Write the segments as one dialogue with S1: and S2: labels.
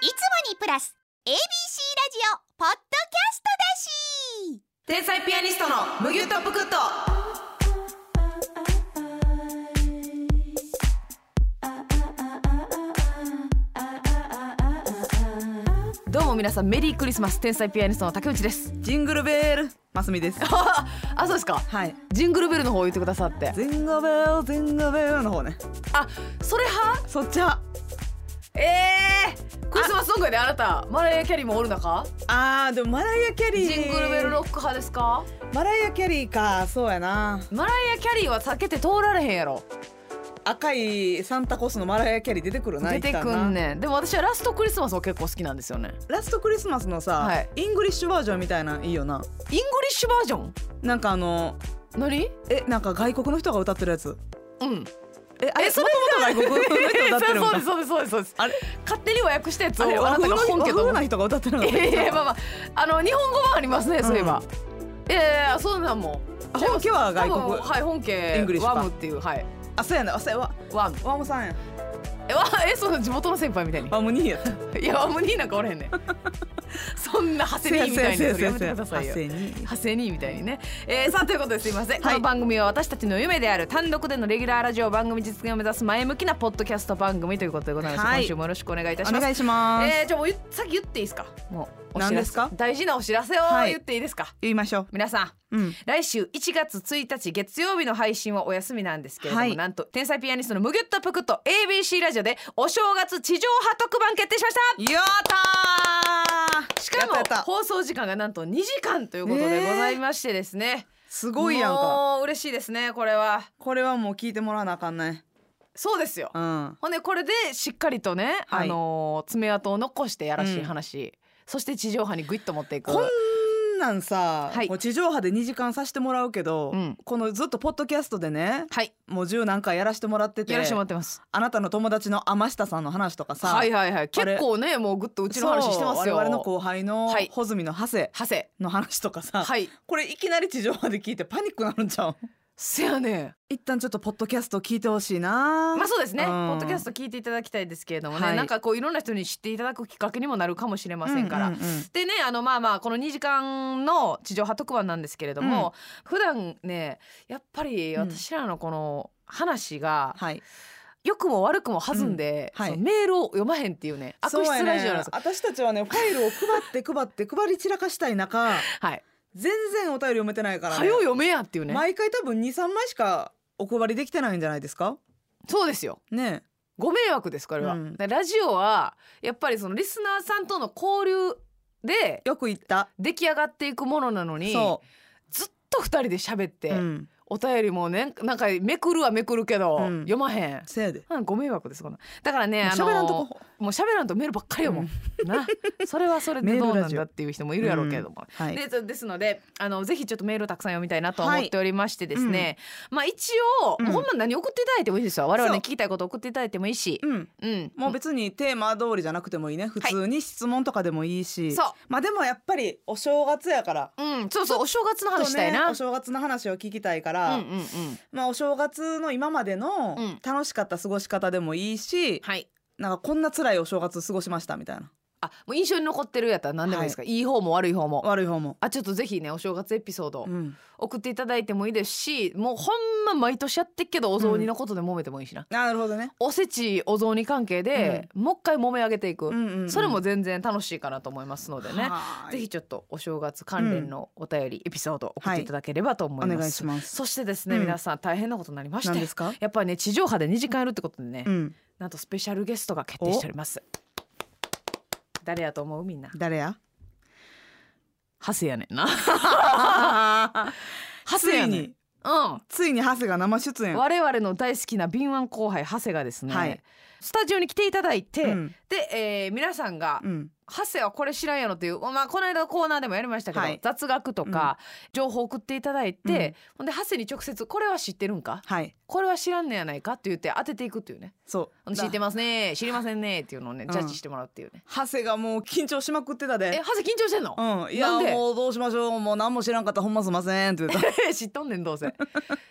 S1: いつもにプラス ABC ラジオポッドキャストだし
S2: 天才ピアニストのむぎゅっとぷくっと
S3: どうも皆さんメリークリスマス天才ピアニストの竹内です。
S2: ジングルベールますみです
S3: あ、そうですか。
S2: はい
S3: ジングルベルの方言ってくださって。
S2: ジングルベールジングルベールの方ね
S3: あ、それ派？
S2: そっちは
S3: ええー。クリスマスソングやであなた。マライアキャリーもおる中？
S2: あーでもマライア・キャリー
S3: ジングルベルロック派ですか？
S2: マライア・キャリーかそうやな
S3: マライアキャリーは避けて通られへんやろ。
S2: 赤いサンタコスのマライア・キャリー出てくるな
S3: 出て
S2: 一旦
S3: く
S2: なん
S3: ねん。でも私はラストクリスマスも結構好きなんですよね。
S2: ラストクリスマスのさ、
S3: はい
S2: イングリッシュバージョンみたいなんいいよな
S3: イングリッシュバージョン？
S2: なんかあの
S3: 何？
S2: えなんか外国の人が歌ってるやつ
S3: うん。
S2: えあ
S3: え
S2: れ
S3: そ
S2: そ
S3: れ
S2: れもともと外国の人が歌 ってるもん
S3: そうですそうですそうですそうです。
S2: あれ
S3: 勝手に和訳したやつ
S2: あれ
S3: を
S2: 和
S3: あなた
S2: 風の
S3: が本
S2: 和
S3: 家と思
S2: 風
S3: っ
S2: な人が歌ってなかっ
S3: い
S2: た
S3: やいやまあまああの日本語もありますねそういえば、いやいやいやそうなんも
S2: あ本家は外国
S3: 多分はい本家
S2: イングリッシュか
S3: ワムっていうはい
S2: あそうやなあそうやわ
S3: ワム
S2: ワムさんや
S3: えわえその地元の先輩みたいに
S2: ワム兄やった
S3: いやワムになんかおれ へんねんそんなハセニーみたいなやつやめてくださいよ
S2: せやせやせやせや
S3: ハセニーみたいにね、えー、さあということですいません、
S2: はい
S3: この番組は私たちの夢である単独でのレギュラーラジオ番組実現を目指す前向きなポッドキャスト番組ということでございます、
S2: はい
S3: 今週もよろしくお願いいたし
S2: お
S3: ます
S2: 願いします、
S3: えー、じゃあもうゆさっき言っていいですかもうお知らせ
S2: 何ですか
S3: 大事なお知らせを
S2: はい
S3: 言っていいですか、
S2: 言いましょう
S3: 皆さん
S2: うん
S3: 来週1月1日月曜日の配信はお休みなんですけれども、
S2: はい
S3: なんと天才ピアニストのむぎゅっとぷくっと ABC ラジオでお正月地上波特番決定しまし
S2: やった
S3: たしかも
S2: やったやった
S3: 放送時間がなんと2時間ということで
S2: ねえ
S3: ございましてですね、
S2: すごいやんか
S3: もう嬉しいですねこれは
S2: これはもう聞いてもらわなあかんね
S3: そうですよ、
S2: うん
S3: ほんでこれでしっかりとね、
S2: はい
S3: あのー爪痕を残してやらしい
S2: うん
S3: 話、そして地上波にグイッと持っていく
S2: こんなんさ、
S3: はい
S2: もう地上波で2時間させてもらうけど、
S3: うん
S2: このずっとポッドキャストでね
S3: はい
S2: もう十何回やらしてもらってて
S3: やらしてもらってます
S2: あなたの友達の天下さんの話とかさ、
S3: はいはいはい
S2: あれ
S3: 結構ねもうグッとうちの話してます
S2: そう
S3: よ
S2: 我々の後輩の
S3: はい
S2: 穂積の長谷
S3: 長谷
S2: の話とかさ、
S3: はい
S2: これいきなり地上波で聞いてパニックなるんちゃう
S3: せやね
S2: 一旦ちょっとポッドキャスト聞いてほしいな
S3: まあそうですね、
S2: うん
S3: ポッドキャスト聞いていただきたいですけれどもね、
S2: はい
S3: なんかこういろんな人に知っていただくきっかけにもなるかもしれませんから。
S2: うんうんうん
S3: でねあのまあまあこの2時間の地上波特番なんですけれども、普段ねやっぱり私らのこの話が
S2: はい
S3: 良くも悪くも弾んで、
S2: うんはい
S3: そのメールを読まへんっていうね悪質
S2: そうやね
S3: ラジオなんですよ、
S2: 私たちはねファイルを配って配って配り散らかしたい中
S3: はい
S2: 全然お便り読めてないから、
S3: 早
S2: ね、
S3: う読めやっていうね
S2: 毎回多分23枚しかお配りできてないんじゃないですか
S3: そうですよ
S2: ね
S3: ご迷惑ですこれは、
S2: うん
S3: でラジオはやっぱりそのリスナーさんとの交流
S2: え
S3: で
S2: よく言った
S3: 出来上がっていくものなのに
S2: そ
S3: ずっと2人で喋って、
S2: う、うん、
S3: お便りもねなんかめくるはめくるけど、
S2: うん
S3: 読まへん。
S2: せやで
S3: なんかご迷惑ですこんなだからねあの
S2: 喋らんとこ
S3: もう喋らんとメールばっかりよもう、なそれはそれでどうなんだっていう人もいるやろうけれども、
S2: はい
S3: でそうですのであのぜひちょっとメールをたくさん読みたいなと
S2: はい
S3: 思っておりましてですね、まあ一応、
S2: うん
S3: ほんま何送っていただいてもいいですよ我々に
S2: そ
S3: 聞きたいこと送っていただいてもいいし、
S2: うん
S3: うん、
S2: もう別にテーマ通りじゃなくてもいいね普通に質問とかでもいいし、
S3: そう
S2: まあでもやっぱりお正月やから
S3: うん、そうそうお正月の話した
S2: ちょっと
S3: い
S2: ね
S3: な、
S2: お正月の話を聞きたいか
S3: う
S2: ら、
S3: んうんうん
S2: まあお正月の今までの
S3: うん
S2: 楽しかった過ごし方でもいいし、
S3: はい
S2: なんかこんな辛いお正月過ごしましたみたいな
S3: あもう印象に残ってるやったら何でもいいですか、い、い方も悪い方も
S2: 悪い方も、
S3: あちょっとぜひねお正月エピソード
S2: うん、
S3: 送っていただいてもいいですしもうほんま毎年やってっけどお雑煮のことで揉めてもいいしな、
S2: あなるほどね、
S3: おせちお雑煮関係で、もう一回揉め上げていく、
S2: うんうんうん
S3: それも全然楽しいかなと思いますのでね
S2: はーい
S3: ぜひちょっとお正月関連のお便り、エピソード送っていただければと思い
S2: お
S3: ます,、
S2: 願いします
S3: そしてですね、
S2: うん
S3: 皆さん大変なことになりまし
S2: 何
S3: て
S2: ですか
S3: やっぱりね地上波で2時間やるってことでね、
S2: うん
S3: なんとスペシャルゲストが決定しております誰やと思うみんな
S2: 誰や
S3: ハセやねんな ハ
S2: つ
S3: セや
S2: い
S3: ねん
S2: に
S3: うん
S2: ついにハセが生出演
S3: 我々の大好きな敏腕後輩長谷がですね、
S2: はい
S3: スタジオに来ていただいて、
S2: うん
S3: で、えー皆さんが
S2: うん
S3: 「長谷はこれ知らんやろ」という、まあ、この間のコーナーでもやりましたけど、
S2: はい
S3: 雑学とか情報を送っていただいて、ほんで長谷に直接「これは知ってるんか
S2: はい
S3: これは知らんのやないか?」って言って当てていくっていうね「
S2: そう
S3: 知って
S2: ま
S3: ますね知りませんね」っていうのをね
S2: ん
S3: ジャッジしてもらうっていうね。
S2: ハセがもう緊張しまくってた
S3: え
S2: で
S3: 長谷緊張してんの、
S2: うんい
S3: な
S2: や
S3: んで
S2: もうどうしましょうもう何も知らんかったほんますいませんって言っ
S3: 知っとんねんどうせ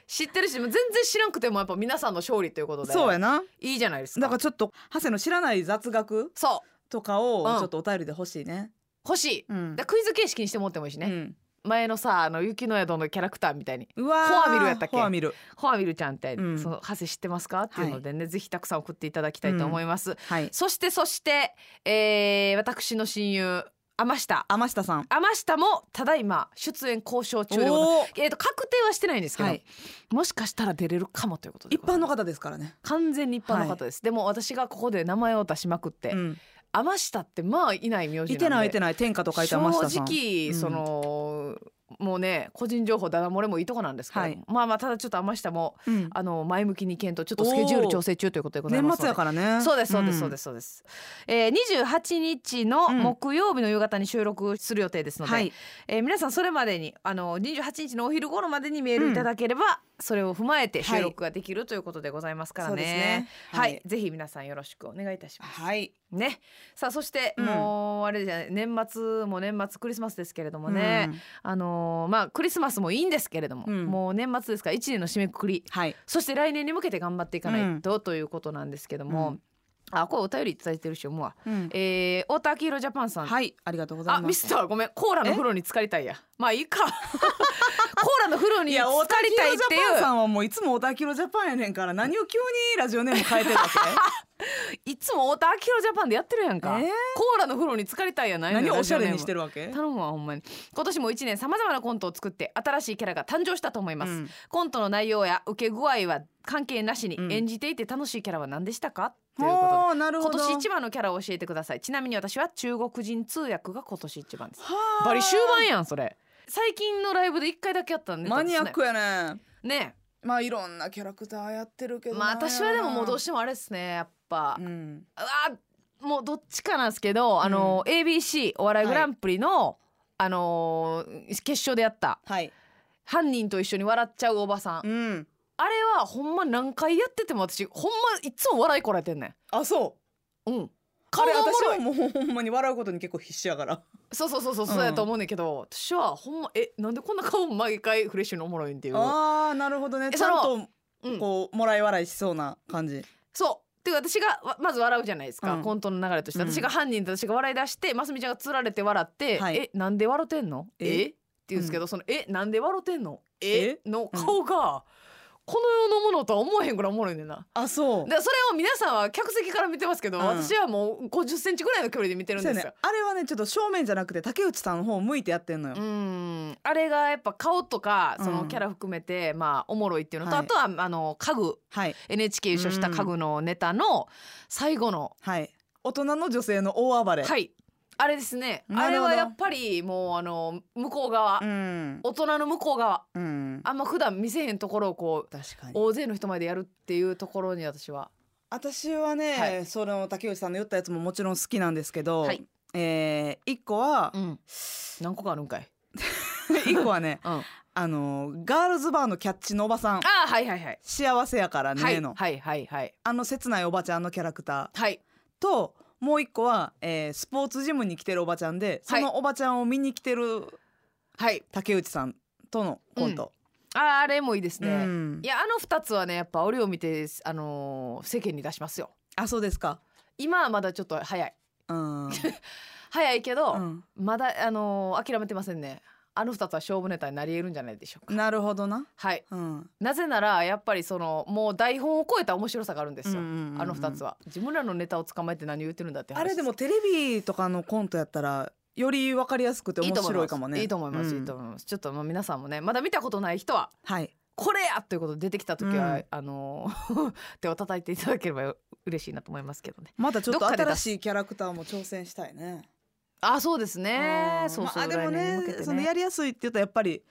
S3: 知ってるしもう全然知らんくてもやっ ぱ皆さんの勝利ということ
S2: た
S3: で
S2: そうやない
S3: いじゃないです
S2: だ
S3: か
S2: からちょっとハセの知らない雑学
S3: そう
S2: とかを
S3: うん
S2: ちょっとお便りで欲しいね。
S3: 欲しい
S2: うん
S3: だからクイズ形式にしてもってもいいし
S2: う
S3: ね、
S2: ん
S3: 前のさあの雪の宿のキャラクターみたいに
S2: うわー
S3: フォアミルやったっけ
S2: フォアミル。
S3: 「ホアミルちゃんって、
S2: うん
S3: そのハセ知ってますか?」っていうのでね、ぜひたくさん送っていただきたいと思います、
S2: はい。
S3: そしてそして、えー私の親友天下
S2: 天下さん。
S3: 天下もただいま出演交渉中でございます
S2: おお。
S3: えー、と確定はしてないんですけど、
S2: はい
S3: もしかしたら出れるかもということで
S2: 一
S3: ござい
S2: 般
S3: ます
S2: の方ですからね。
S3: 完全に一般の方です、でも私がここで名前を出しまくって、
S2: うん。
S3: 天下ってまあいない名字なんで
S2: いてないいてない天下と書いて天下
S3: 正
S2: さん。
S3: 直、
S2: うん
S3: そのもうね個人情報だだ漏れもいいとこなんですけど、
S2: はい
S3: まあまあただちょっと天下も
S2: うん
S3: あの前向きに検討ちょっとスケジュール調整中ということでございま
S2: 年末
S3: すので
S2: やからね。
S3: そうですそうです
S2: ん
S3: そうですそうです、えー、28日の
S2: うん
S3: 木曜日の夕方に収録する予定ですので、
S2: はい。
S3: えー皆さんそれまでにあの28日のお昼頃までにメールいただければ、それを踏まえて収録ができるということでございますから
S2: そうです
S3: ね
S2: ね。
S3: は、
S2: はいい
S3: ぜひ皆さんよろしくお願いいたします。
S2: はい。
S3: ね、さあそして、
S2: うん
S3: もうあれじゃない年末も年末クリスマスですけれどもね、
S2: うん。
S3: あのーまあクリスマスもいいんですけれども、
S2: うん
S3: もう年末ですから一年の締めくくり
S2: はい。
S3: そして来年に向けて頑張っていかないと、ということなんですけども、
S2: うん
S3: あこれお便りいただいてるし思うわ、
S2: うん
S3: えー、太田明宏ジャパンさん
S2: はい。ありがとうござ
S3: あ
S2: います。
S3: ミスターごめんコーラの風呂に浸かりたいやまあいい かコーラの風呂に
S2: いや、
S3: 浸か
S2: おた
S3: り
S2: き
S3: たいっ
S2: ろジ
S3: て
S2: ャパン
S3: い
S2: さんはもういつもおたきろジャパンやねんから、何を急にラジオネーム変えてるわ
S3: ういつも太田明宏ジャパンでやってるやんか、
S2: えー
S3: コーラの風呂に浸かりたいやない
S2: け。何をおしゃれにして
S3: る
S2: るわけ。
S3: 頼むわほんまに今年も一年さまざまなコントを作って新しいキャラが誕生したと思います、
S2: うん
S3: コントの内容や受け具合は関係なしに、
S2: うん
S3: 演じていて楽しいキャラは何でしたかということ
S2: おお、な
S3: で
S2: るほ
S3: 今
S2: ど。
S3: 年一番のキャラを教えてくださいちなみに私は中国人通訳が今年一番です
S2: はあ
S3: バリ終盤やんそれ最近のライブで一回だけやったんで
S2: マニアックやね。
S3: ね
S2: まあ、いろんなキャラクターやってるけど。
S3: まあ私はでももうどう
S2: し
S3: してもあれですねやっぱ、う
S2: うん。
S3: わもうどっちかなんですけどあの、ABC お笑いグランプリの、あのー決勝でやった
S2: はい。
S3: 犯人と一緒に笑っちゃうおばさん、
S2: うん。
S3: あれはほんま何回やってても私ほんまいつも笑いこらえてんね
S2: あ、そ
S3: んうん
S2: う。あ
S3: 顔
S2: れ、
S3: がおも
S2: 私
S3: ろ
S2: はいもうほんまに笑うことに結構必死やから。
S3: そうそうそうそうそうやと思うねんだけど、私はほんまえなんでこんな顔毎回フレッシュにおもろいんっていう
S2: ああ、なるほどね。
S3: え
S2: ちゃんと
S3: うん
S2: こうもらい笑いしそうな感じ。
S3: そうって私がわまず笑うじゃないですか、
S2: うん
S3: コントの流れとして
S2: うん
S3: 私が犯人と私が笑い出してますみちゃんがつられて笑って「
S2: はい
S3: えなんで笑ってんのえ
S2: え
S3: って言うんですけど、その「えなんで笑ってんのえの
S2: うん
S3: 顔が、この世のものとは思えへんぐらいおもろいねんな。
S2: あ、そう。
S3: でそれを皆さんは客席から見てますけど、
S2: うん
S3: 私はもう50センチぐらいの距離で見てるん
S2: そう
S3: で
S2: や
S3: す
S2: ね
S3: よ。。
S2: あれはね、ちょっと正面じゃなくて竹内さんの方を向いてやってんのよ
S3: う。んあれがやっぱ顔とかそうの
S2: ん
S3: キャラ含めて、まあおもろいっていうのと、
S2: はい
S3: あとはあの家具
S2: はい。
S3: NHK 優勝した家具のネタの最後の
S2: はい。大人の女性の大暴れ。。
S3: はいい。あれですね。
S2: な
S3: あれ
S2: るほど
S3: はやっぱりもうあの向こう側、
S2: うん。
S3: 大人の向こう側、
S2: うん。
S3: あんま普段見せへんところをこう
S2: 確かに。
S3: 大勢の人前でやるっていうところに私は。
S2: 私はね、
S3: はい
S2: その竹内さんの言ったやつももちろん好きなんですけど、
S3: はい
S2: えー、一個は
S3: うん。何個かあるんかい。
S2: 一個はね
S3: うん。あ
S2: あのガールズバーのキャッチのおばさん
S3: あはいはいはい。
S2: 幸せやから
S3: は
S2: ね
S3: い
S2: の、
S3: はいはいはい
S2: あの切ないおばちゃんのキャラクター
S3: はい。
S2: ともう一個は、えースポーツジムに来てるおばちゃんでそ
S3: はい
S2: のおばちゃんを見に来てる
S3: はい。
S2: 竹内さんとのコント、
S3: あーあれもいいですね。
S2: うん
S3: いやあの二つはねやっぱ折を見てあのー世間に出しますよ。
S2: あそうですか
S3: 今はまだちょっと早い
S2: うん、 うん
S3: 早いけど、まだあのー諦めてませんね。あの二つは勝負ネタになり得るんじゃないでしょうか。
S2: なるほどな、
S3: はい。
S2: うん、
S3: なぜならやっぱりそのもう台本を超えた面白さがあるんですよ、
S2: うんうんうんうん
S3: あの2つは自分らのネタを捕まえて何を言ってるんだって話
S2: あれでもテレビとかのコントやったらより分かりやすくて面白いかもね
S3: いいと思います、
S2: うん
S3: いいと思いますちょっとまあ皆さんもねまだ見たことない人は
S2: はい
S3: これやということで出てきた時は、
S2: うん
S3: あのー 手を叩いていただければよ嬉しいなと思いますけどね
S2: またちょっ
S3: ど
S2: と
S3: っかで出
S2: 新
S3: す
S2: しいキャラクターも挑戦したいね。
S3: あそうですね
S2: ん
S3: そうそう、
S2: まあでも
S3: 来年
S2: ね
S3: に向けて
S2: そのやりやすいって言ったらやっぱり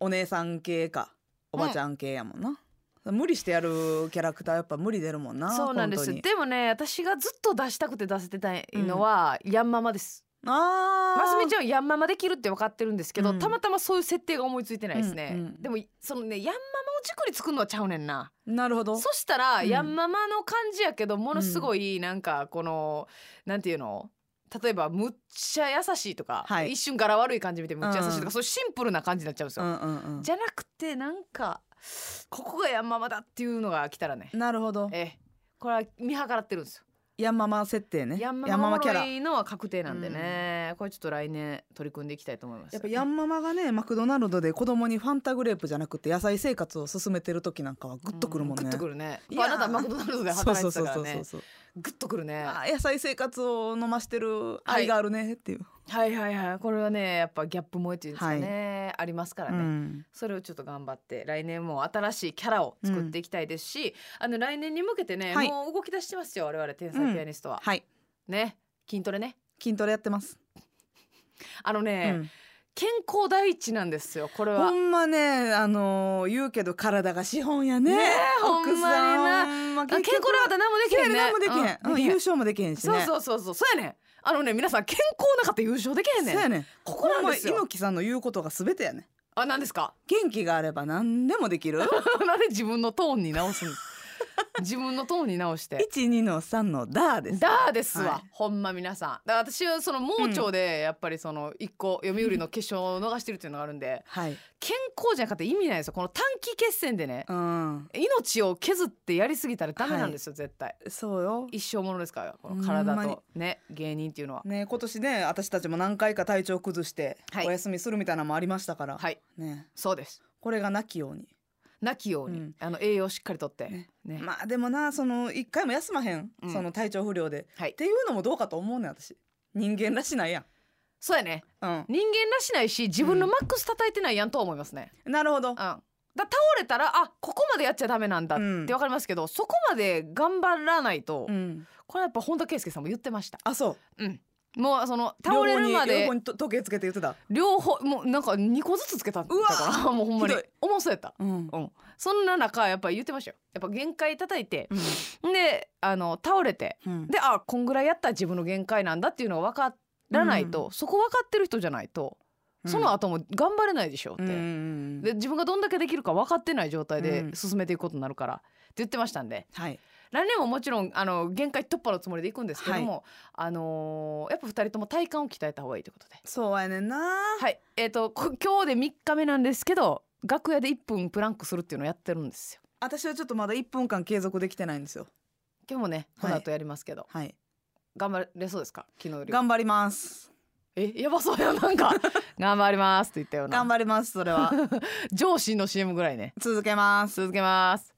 S2: お姉さん系かおばちゃん系やもんな。無理してやるキャラクターやっぱ無理出るもんな。
S3: そうなんです
S2: コントに
S3: でもね私がずっと出したくて出せてたいのは、ヤンママです
S2: ああ。
S3: ますみちゃんはヤンママできるって分かってるんですけど、
S2: うん
S3: たまたまそういう設定が思いついてないですね、
S2: うんうん
S3: でもそのねヤンママを軸に作るのはちゃうねんな
S2: なるほど。
S3: そしたら、
S2: うん
S3: ヤンママの感じやけどものすごいなんかこの、なんていうの例えばむっちゃ優しいとか、
S2: はい
S3: 一瞬柄悪い感じ見てむっちゃ優しいとか、
S2: うん
S3: そういうシンプルな感じになっちゃうんです
S2: う
S3: よ、
S2: んうんうん。
S3: じゃなくてなんかここがヤンママだっていうのが来たらね、
S2: なるほど。
S3: ええこれは見計らってるんですよ
S2: ヤンママ設定ね
S3: ヤンマ
S2: ヤンマ
S3: マ
S2: マキャラ
S3: いのは確定なんでね、これちょっと来年取り組んでいきたいと思います
S2: やっぱヤンママがねマクドナルドで子供にファンタグレープじゃなくて野菜生活を進めてる時なんかはグッとくるもんね、
S3: グッとくるね
S2: いや
S3: あなたマクドナルドで
S2: そう
S3: 働
S2: そ
S3: いうてた
S2: そうそうそ
S3: からね
S2: うそう
S3: グッとくるね
S2: あ野菜生活を飲ましてる愛があるねっていう、
S3: はいはいはいこれはねやっぱギャップ萌えっていうんですかね、ありますから
S2: う
S3: ね、
S2: ん
S3: それをちょっと頑張って来年も新しいキャラを作っていきたいですし、あの来年に向けてね、
S2: はい
S3: もう動き出してますよ我々天才ピアニストは、
S2: はい
S3: ね筋トレね
S2: 筋トレやってます、
S3: あのね、
S2: うん
S3: 健康第一なんですよこれは
S2: ほんまねあのー言うけど体が資本やね
S3: ねえほんま
S2: 奥
S3: にな
S2: さんほんま
S3: あ健康なかったら何もでき
S2: せ
S3: へ
S2: や
S3: ん
S2: ね
S3: ね
S2: 何もできへん、
S3: うん
S2: うん
S3: できへん
S2: 優勝もできへんし
S3: そう
S2: ね
S3: そうそうそうそうやねんあのね皆さん健康なかったら優勝できへんねん
S2: そうやね
S3: ここなんです
S2: ほんま
S3: よ
S2: 猪木さんの言うことが全てやね
S3: あ何ですか
S2: 元気があれば何でもできる
S3: なんで自分のトーンに直すの自分のトーンに直して
S2: 12の3のダーです
S3: だーですわ、
S2: はい
S3: ほんま皆さんだから私はその盲腸でやっぱりその一個読売の決勝を逃してるっていうのがあるんで
S2: はい
S3: 健康じゃなくて意味ないですよこの短期決戦でね
S2: うん
S3: 命を削ってやりすぎたらダメなんですよ、絶対
S2: そうよ
S3: 一生ものですからこの
S2: ほ
S3: 体
S2: んまに
S3: とね芸人っていうのは
S2: ね今年ね私たちも何回か体調崩して
S3: はい
S2: お休みするみたいなのもありましたから、
S3: はい
S2: ね
S3: そうです
S2: これがなきように
S3: なきように、
S2: うん
S3: あの栄養をしっかりとってね
S2: ねまあでもなその一回も休まへん、
S3: うん
S2: その体調不良で
S3: はい
S2: っていうのもどうかと思うねん私人間らしないや
S3: そうやね
S2: ん、
S3: 人間らしないし自分のマックス叩いてないやんとは思いますね、
S2: うん、なるほど
S3: うん、だ倒れたらあここまでやっちゃダメなんだって
S2: うん
S3: 分かりますけど、そこまで頑張らないと、
S2: うん
S3: これやっぱ本田圭佑さんも言ってました
S2: あそう
S3: うんもうその倒れる
S2: 両方
S3: まで
S2: に両方にと時計つけて言ってた
S3: 両方もうなんか2個ずつつけたんだ
S2: うわ
S3: からもうほんまに
S2: ひどい
S3: 重そうやった
S2: うん
S3: うんそんな中やっぱ言ってましたよやっぱ限界叩いて
S2: うん
S3: であの倒れて
S2: うん
S3: であこんぐらいやったら自分の限界なんだっていうのが分からないと、そこ分かってる人じゃないとその後も頑張れないでしょって、
S2: うんうん
S3: で自分がどんだけできるか分かってない状態
S2: う
S3: で
S2: ん
S3: 進めていくことになるから、って言ってましたんで
S2: はい
S3: 来年ももちろんあの限界突破のつもりでいくんですけども、あのーやっぱ2人とも体幹を鍛えた方がいいということで
S2: そうやねんな
S3: はいえっ、とこ今日で3日目なんですけど楽屋で1分プランクするっていうのをやってるんですよ
S2: 私はちょっとまだ1分間継続できてないんですよ
S3: 今日もねこ
S2: はい
S3: の後やりますけど、
S2: はい
S3: 頑張れそうですか昨日よりは
S2: 頑張ります
S3: えやばそうやな んか頑張りますって言ったような
S2: 頑張りますそれは
S3: 上司の CM ぐらいね
S2: 続けます
S3: 続けます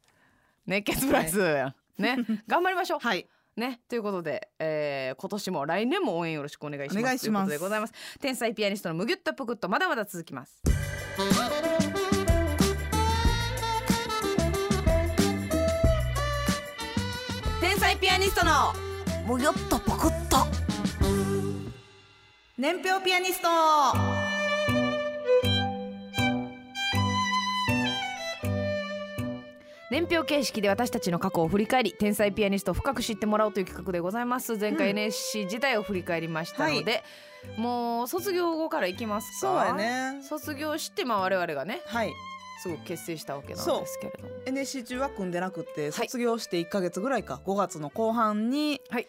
S3: 熱血プライスやん ね頑張りましょう
S2: はい
S3: ねということで、えー今年も来年も応援よろしくお願いします
S2: お願いします
S3: ということでございます天才ピアニストのむぎゅっとぷくっとまだまだ続きます天才ピアニストの
S1: もよっとぽくっと
S2: 年表ピアニスト
S3: 年表形式で私たちの過去を振り返り天才ピアニストを深く知ってもらおうという企画でございます前回
S2: うん
S3: NSC 時代を振り返りましたので、もう卒業後から行きますか
S2: そうやね
S3: 卒業してまあ我々がね
S2: はい
S3: すぐ結成したわけなん
S2: そう
S3: ですけれども
S2: NSC 中は組んでなくって
S3: い
S2: 卒業して1か月ぐらいか5月の後半に
S3: はい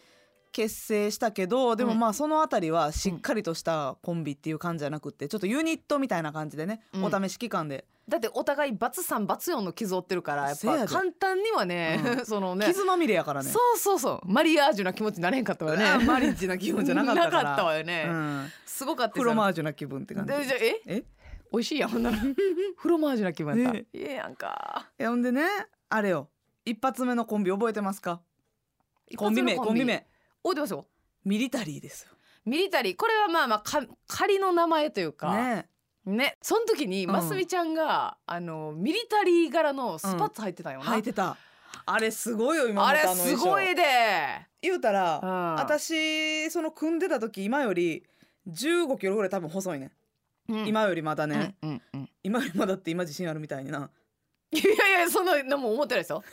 S2: 結成したけどでも
S3: うん
S2: まあそのあたりはしっかりとしたコンビっていう感じじゃなくってちょっとユニットみたいな感じでね
S3: うん
S2: お試し期間で
S3: だってお互いバツ三バツ四の傷を負ってるからやっ
S2: せや
S3: ぱ
S2: で
S3: 簡単にはね、
S2: うん
S3: そのね
S2: 傷まみれやからね
S3: そうそうそうマリアージュな気持ちになれへんかったわよ
S2: あ
S3: ね
S2: マリッジな気分じゃなかったから
S3: なかったわよね、
S2: うん
S3: すごかったです
S2: フロ
S3: よ
S2: マージュな気分って感じ
S3: でじゃあえ
S2: え
S3: 美味しいやんほ んならフロマージュな気分やった、
S2: ね
S3: ええやんか
S2: えほんでねあれよ一発目のコンビ覚えてますかコンビ名
S3: 一発目の
S2: コンビ名
S3: お出ますよ
S2: ミリタリーです
S3: ミリタリーこれはまあまあか仮の名前という
S2: よ
S3: かね
S2: ね
S3: その時に
S2: うん
S3: ますみちゃんが、あのミリタリー柄のスパッツ入ってたよな、
S2: 履いてたあれすごいよ今
S3: あ
S2: ま
S3: れ
S2: たあの
S3: す
S2: 衣装
S3: ごいで、
S2: 言うたら
S3: うん、
S2: 私その組んでた時今より15キロぐらい多分細いね、
S3: うん
S2: 今よりまだね、
S3: うんうんうん
S2: 今よりまだって今自信あるみたいにない
S3: やいやそんな何も思ってないですよ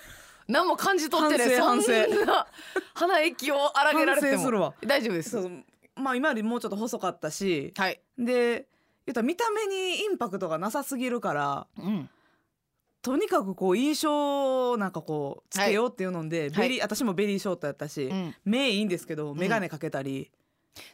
S3: 何も感じ取ってない
S2: 反省
S3: そんな鼻息を荒げられて
S2: 反省する
S3: も
S2: わ
S3: 大丈夫です
S2: そうまあ今よりもうちょっと細かったし
S3: はい、
S2: で言うたら見た目にインパクトがなさすぎるから
S3: うん、
S2: とにかくこう印象をなんかこうつけようっていうので、
S3: はい
S2: ベリー私もベリーショートやったし、
S3: うん
S2: 目いいんですけど眼鏡かけたり、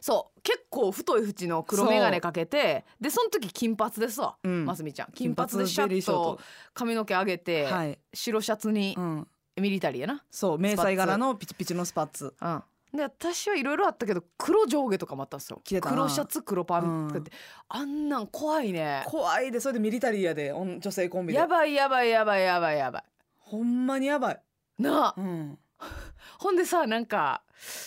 S3: そう結構太い縁の黒眼鏡かけてでその時金髪ですわ、
S2: うん
S3: ますみちゃん金髪でシャッと髪の毛上げて、
S2: はい、
S3: 白シャツに
S2: うん、
S3: ミリタリーやな、
S2: そう迷彩柄のピチピチのスパッツ
S3: うんで私はいろいろあったけど黒上下とかもあったんですよ
S2: 着てたな
S3: 黒シャツ黒パンとかって、あんなん怖いね
S2: 怖いでそれでミリタリーやでおん女性コンビで
S3: やばいやばいやばいやばいやばい
S2: ほんまにやばい、
S3: なあ
S2: うん、
S3: ほんでさなんか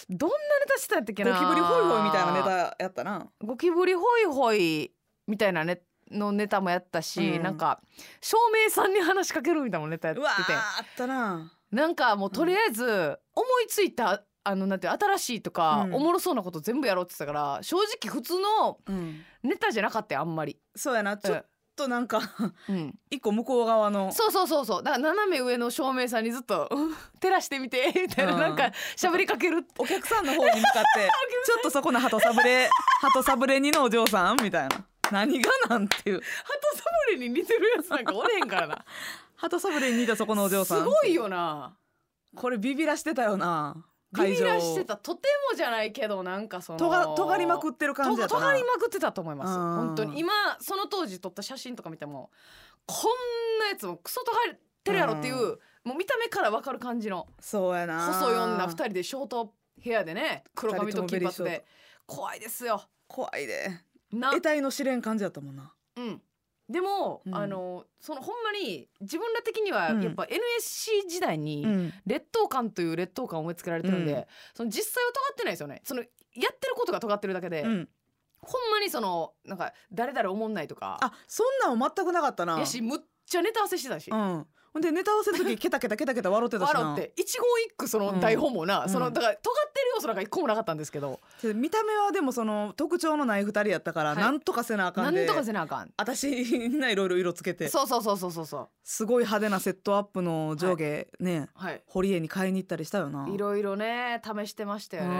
S3: どんなネタしてたんやったっけ
S2: ゴ
S3: な
S2: キブリホイホイみたいなネタやったな
S3: ゴキブリホイホイみたいなねのネタもやったし、
S2: うん
S3: なんか照明さんに話しかけるみたいなネタやっ
S2: う
S3: て
S2: わー
S3: て
S2: あったな
S3: なんかもうとりあえず思いついたあのなんていう新しいとか、
S2: うん
S3: おもろそうなこと全部やろうって言ってたから正直普通の
S2: うん
S3: ネタじゃなかったよあんまり。
S2: そうやなちょっとなんか
S3: うん、
S2: 一個向こう側の
S3: そうそうそうそうだから斜め上の照明さんにずっと うん「照らしてみて」みたいな、
S2: うん
S3: なんか喋りかける
S2: お客さんの 方に向かってちょっとそこの鳩サブレ鳩サブレ2のお嬢さんみたいな何がなんていう
S3: 鳩サムレに似てるやつなんかおれへんからな
S2: 鳩サブレ2だそこのお嬢さん
S3: すごいよな
S2: これビビらしてたよな
S3: ビ
S2: 会
S3: ビ
S2: 場
S3: らしてたとてもじゃないけどなんかその
S2: とが尖りまくってる感じやった
S3: と
S2: な
S3: がりまくってたと思います
S2: うん
S3: 本当に今その当時撮った写真とか見てもこんなやつもクソとがってるやろっていう、
S2: うん
S3: もう見た目から分かる感じの
S2: そうやな
S3: 細い女二人でショートヘアでね黒髪と
S2: 二人ともベ
S3: 金髪
S2: リーショー
S3: で怖いですよ
S2: 怖いで
S3: な
S2: 得体の知れん感じやったもんな
S3: うんでも、
S2: うん
S3: あのそのほんまに自分ら的には
S2: うん
S3: やっぱ NSC 時代に、
S2: ん
S3: 劣等感という劣等感を植え付けられてるんで、
S2: うん
S3: その実際は尖ってないですよねそのやってることが尖ってるだけで、
S2: うん
S3: ほんまにそのなんか誰々思んないとか
S2: あそんなん全くなかったな
S3: やしむっちゃネタ合わせしてたし、
S2: うんほんでネタ合わせの時ケタケタケタケタ笑ってたしな
S3: 笑って一言一句その台本もな、
S2: うん
S3: その
S2: うん
S3: だから尖ってる要素なんか一個もなかったんですけど、
S2: で見た目はでもその特徴のない二人やったから、
S3: はい
S2: なんとかせなあか
S3: なん
S2: で
S3: んとかせなあかん
S2: 私みんないろいろ色つけて
S3: そうそうそうそうそうそう
S2: すごい派手なセットアップの上下、ね
S3: はい
S2: 堀江に買いに行ったりしたよない
S3: ろいろね試してましたよね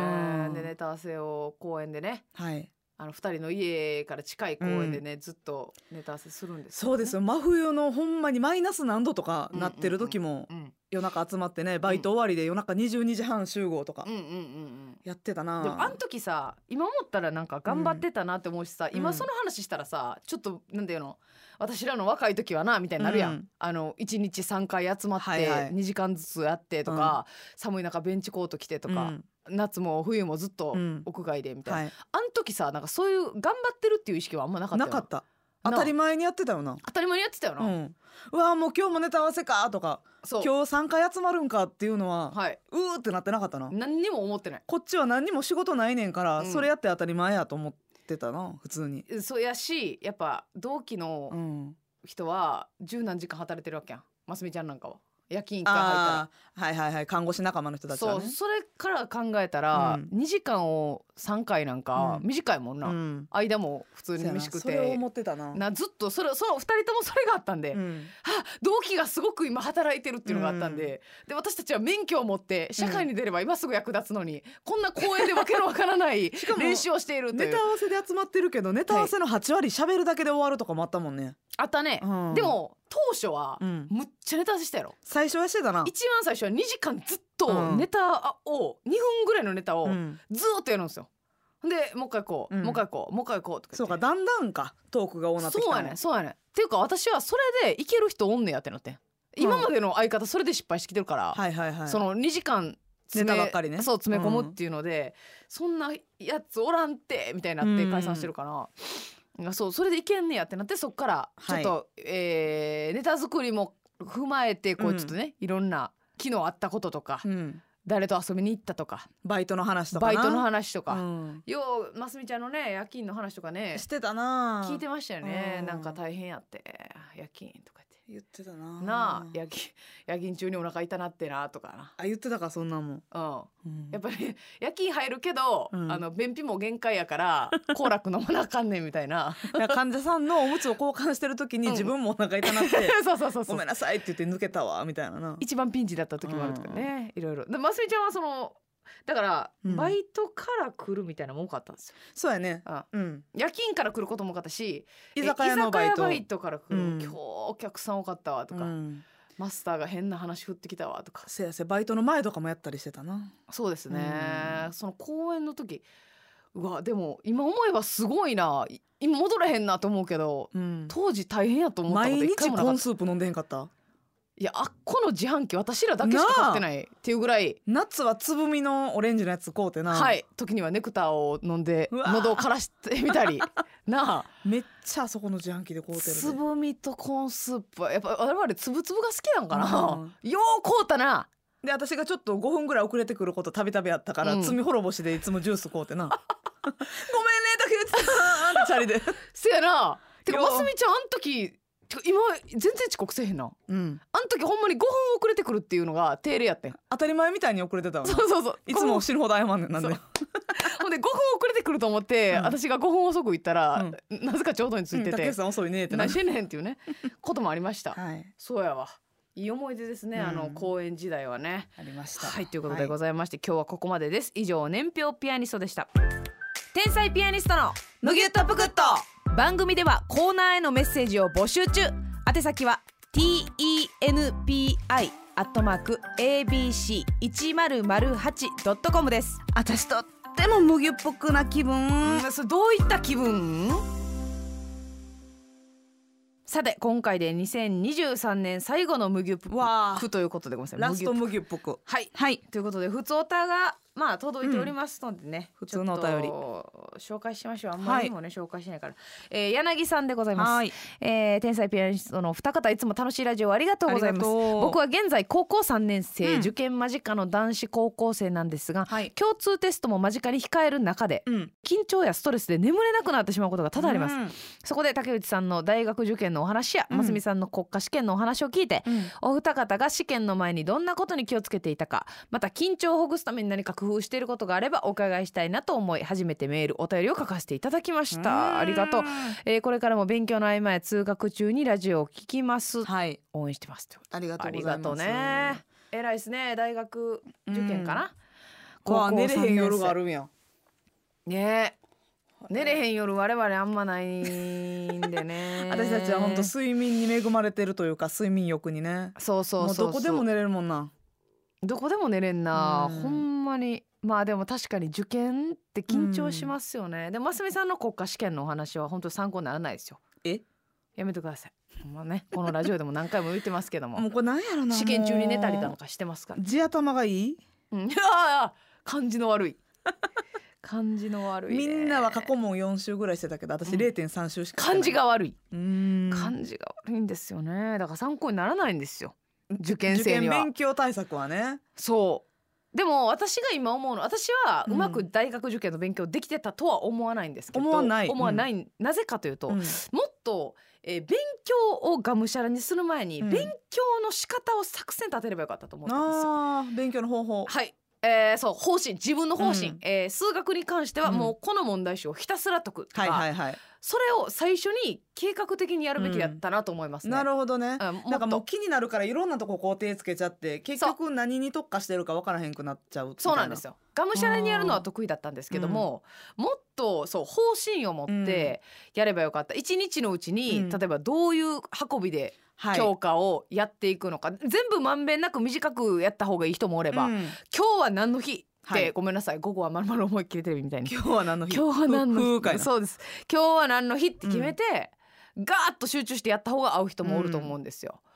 S2: うん
S3: でネタ合わせを公園でね
S2: はい
S3: あの二人の家から近い公園でね、ずっとネタ合わせするんです
S2: そうです
S3: よ
S2: よ真冬のほんまにマイナス何度とかなってる時も
S3: ね、
S2: 夜中集まってねバイト終わりで夜中22時半集合とか
S3: うん、うんうんうんうん
S2: やってたな、
S3: でもあん時さ今思ったらなんか頑張ってたなって思うしさ、
S2: うん
S3: 今その話したらさちょっとなんていうの私らの若い時はなみたいになるやん、
S2: うん
S3: あの1日3回集まって
S2: はいはい
S3: 2時間ずつやってとか、寒い中ベンチコート着てとか、夏も冬もずっと
S2: うん
S3: 屋外でみ
S2: う
S3: た
S2: ん
S3: いな、
S2: はい、
S3: あん時さなんかそういう頑張ってるっていう意識はあんまなかった
S2: な
S3: よ
S2: かった
S3: な
S2: 当たり前にやってたよな
S3: 当たり前にやってたよな、
S2: うん、うわーもう今日もネタ合わせかとか
S3: そう
S2: 今日3回集まるんかっていうのは、
S3: はいう
S2: ーってなってなかったな
S3: 何にも思ってない
S2: こっちは何にも仕事ないねんから、
S3: うん
S2: それやって当たり前やと思ってたな普通に、
S3: そうやしやっぱ同期
S2: う
S3: の
S2: ん、
S3: 人は十何時間働いてるわけやんますみちゃんなんかは夜勤一回入ったら
S2: ああはいはいはい看護師仲間の人たちは
S3: そう
S2: ね
S3: それから考えたら、
S2: うん
S3: 2時間を3回なんか
S2: うん
S3: 短いもんな、
S2: ん、
S3: 間も普通
S2: そう
S3: に
S2: やな
S3: 飯食っ
S2: それを
S3: て
S2: 思ってたな
S3: なずっとそれその2人ともそれがあったんで、
S2: うん
S3: あ同期がすごく今働いてるっていうのがあったんで,、で私たちは免許を持って社会に出れば今すぐ役立つのに、こんな公園でわけのわからない
S2: かも
S3: 練習をしているとい
S2: ネ
S3: う
S2: タ合わせで集まってるけどネタ合わせの8割喋るだけで終わるとかもあったもんね、
S3: あったね、
S2: うん
S3: でも当初は、
S2: うん
S3: むっちゃネタ合わせしたやろ
S2: 最初はしてたな
S3: 一番最初は2時間ずっ
S2: う
S3: と
S2: ん
S3: ネタを2分ぐらいのネタを、
S2: うん
S3: ずーっとやるんですよ。でもう一回こう、
S2: うん
S3: もう一回こうもう一回こうとか
S2: そうか
S3: だ
S2: だんだんかトークが多なってきた
S3: そうやねんそうやねんっていうか私はそれでいける人おんねやってなってん今までの相方それで失敗してきてるから、
S2: はいはいはい
S3: その2時間詰め
S2: ネタばっかりね
S3: そう詰め込むっていうので、そんなやつおらんてみたいになって解散してるから、なん、そうそれでいけんねやってなってそっからちょっと、えーネタ作りも踏まえてこう
S2: うん
S3: ちょっとね、いろんな昨日あったこととか、
S2: うん、
S3: 誰と遊びに行ったとか
S2: バイトの話とか
S3: バ
S2: な
S3: イトの話とか、
S2: うん
S3: ようますみちゃんのね夜勤の話とかね
S2: してたな
S3: 聞いてましたよね
S2: うん
S3: なんか大変やって夜勤とか言
S2: 言ってた
S3: っ
S2: な
S3: てなあ夜勤夜勤中にお腹痛なってなとか
S2: あ言ってたかそんなもん、
S3: な
S2: うん
S3: うんやっぱり夜勤入るけど、
S2: うん
S3: あの便秘も限界やから 好楽飲まなあかんねんみたいな
S2: だから患者さんのおむつを交換してる時に
S3: うん
S2: 自分もお腹痛なって
S3: そうそうそ
S2: ご
S3: うそ
S2: め
S3: うん
S2: なさいって言って抜けたわみたいなな
S3: 一番ピンチだった時もあるとかね、いろいろでますみちゃんはそのだから、
S2: うん
S3: バイトから来るみたいなのも多かったんですよ
S2: そうやね
S3: あ
S2: うん
S3: 夜勤から来ることも多かったし
S2: 居酒屋の
S3: え
S2: バイ
S3: 居酒
S2: ト
S3: 屋バイトから来る、
S2: うん
S3: 今日お客さん多かったわとか、
S2: うん、
S3: マスターが変な話振ってきたわとか
S2: せやせやバイトの前とかもやったりしてたな
S3: そうですね、
S2: うん
S3: その公演の時うわでも今思えばすごいない今戻れへんなと思うけど
S2: うん
S3: 当時大変やと思ったこと
S2: 毎
S3: 一回
S2: 日
S3: もなか
S2: コ
S3: っ
S2: ーン
S3: た
S2: スープ飲んでへんかった
S3: いやあっこの自販機私らだけしか買ってないっていうぐらい
S2: 夏はつぶみのオレンジのやつ買うてな、
S3: はい時にはネクターを飲んで
S2: うわー
S3: 喉を枯らしてみ たりなあ
S2: めっちゃあそこの自販機で買うてるで
S3: つぼみとコーンスープやっぱ我々つぶつぶが好きなんかな、ようこうたな
S2: で私がちょっと5分ぐらい遅れてくることたびたびあったから、
S3: うん
S2: 罪滅ぼしでいつもジュース買う てなごめんね竹内さんあんたチャリで
S3: せやなてか
S2: よう
S3: ますみちゃんあん時てか今全然遅刻せえへんな
S2: うん
S3: あん時ほんまに5分遅れてくるっていうのが定例やって ん
S2: 当たり前みたいに遅れてたわな
S3: そうそうそう
S2: いつも死ぬほど謝んねんなんで
S3: そうほんで5分遅れてくると思って、
S2: うん
S3: 私が5分遅く行ったら、なぜかちょうどにつ
S2: うん
S3: いてて
S2: 竹内、さん遅いねってな
S3: 何してんねんっ ていうねこともありました、
S2: はい
S3: そうやわいい思い出ですね、
S2: うん
S3: あの公演時代はね
S2: ありました
S3: はいということでございまして、今日はここまでです以上年表ピアニストでした天才ピアニストの
S2: むぎゅっとぷくっと
S3: 番組ではコーナーへのメッセージを募集中宛先は tenpi アットマーク abc 一0 0 8ドットコムです。
S2: 私とってもむぎゅっぽくな気分
S3: うん、それどういった気分さて今回で2023年最後の無牛
S2: わあ
S3: プということでごめんなさい
S2: ラスト
S3: 無牛
S2: むぎゅっぽく
S3: はい
S2: はい
S3: ということで普通おたがまあ届いておりますのでね、
S2: うん普通のお便り
S3: ちょっと紹介しましょうあんまりにもね、紹介しないから、えー、柳さんでございます
S2: はい
S3: えー天才ピアニストのお二方いつも楽しいラジオありがとうございます
S2: ありがとう
S3: 僕は現在高校3年生、
S2: うん
S3: 受験間近の男子高校生なんですが、
S2: はい
S3: 共通テストも間近に控える中で
S2: うん
S3: 緊張やストレスで眠れなくなってしまうことが多々あります、
S2: す
S3: そこで竹内さんの大学受験のお話や、
S2: うん
S3: 真澄さんの国家試験のお話を聞いて、
S2: うん
S3: お二方が試験の前にどんなことに気をつけていたかまた緊張をほぐすために何か工夫していることがあればお伺いしたいなと思い初めてメールお便りを書かせていただきましたありがとうえーこれからも勉強の合間や通学中にラジオを聞きます。
S2: はい
S3: 応援してますってこと
S2: ありがと
S3: あ
S2: うご
S3: り
S2: ざ
S3: が
S2: い
S3: と
S2: ま
S3: う
S2: す
S3: ね。偉いですね。大学受験かな。
S2: こわ寝れへん夜があ
S3: る。
S2: るんや
S3: ねえ。寝れへん夜我々あんまないんでね。
S2: 私たちは本当睡眠に恵まれてるというか睡眠欲にね
S3: そうそうそうそう。
S2: もうどこでも寝れるもんな
S3: どこでも寝れんな。
S2: うん
S3: ほんまに。まあでも確かに受験って緊張しますよね。でもますみさんの国家試験のお話は本当参考にならないですよ。
S2: え
S3: やめてください。ほんまね、このラジオでも何回も言ってますけども。
S2: もうこれなんやろな
S3: 試験中に寝たりなん
S2: も
S3: かしてますから
S2: う。地頭がいい
S3: うん、ああ感じの 悪い感じの悪いね、
S2: みんなは過去問4週ぐらいしてたけど私
S3: うん
S2: 0.3週しかしてない
S3: 感じが悪い、
S2: うん
S3: 感じが悪いんですよねだから参考にならないんですよ受験
S2: 受
S3: 生に
S2: 験
S3: は
S2: 勉強対策はね
S3: そうでも私が今思うの私は
S2: うん
S3: うまく大学受験の勉強できてたとは思わないんですけど、
S2: 思わない
S3: 思わない、なぜかというと、
S2: うん
S3: もっと、えー勉強をがむしゃらにする前に、
S2: うん
S3: 勉強の仕方を作戦立てればよかったと思ってますよ
S2: あー勉強の方法
S3: はい。えー、そう方針自分の方針、
S2: うん
S3: えー数学に関しては
S2: うん
S3: もうこの問題集をひたすら解くとか、
S2: はいはいはい
S3: それを最初に計画的にやるべきだったなと思いますね。
S2: なるほどね
S3: うんも
S2: なん
S3: っ
S2: かもう
S3: と
S2: 気になるからいろんなとここう手つけちゃって結局何に特化してるか分からへんくなっちゃうみたい
S3: そうなんですよがむしゃらにやるのは得意だったんですけども、もっとそう方針を持ってやればよかった一日のうち
S2: う
S3: に、
S2: ん
S3: 例えばどういう運びで
S2: はい
S3: 教科をやっていくのか、全部まんべんなく短くやった方がいい人もおれば、
S2: うん
S3: 今日は何の日って、
S2: はい
S3: ごめんなさい午後はまるまる思いっきりテレビみたいに
S2: 今日は何の日
S3: 今日は何
S2: ふ
S3: の
S2: 風会
S3: 日
S2: な
S3: そうです今日は何の日って決めて、ガーッと集中してやった方が合う人もおると思うんですよ、だか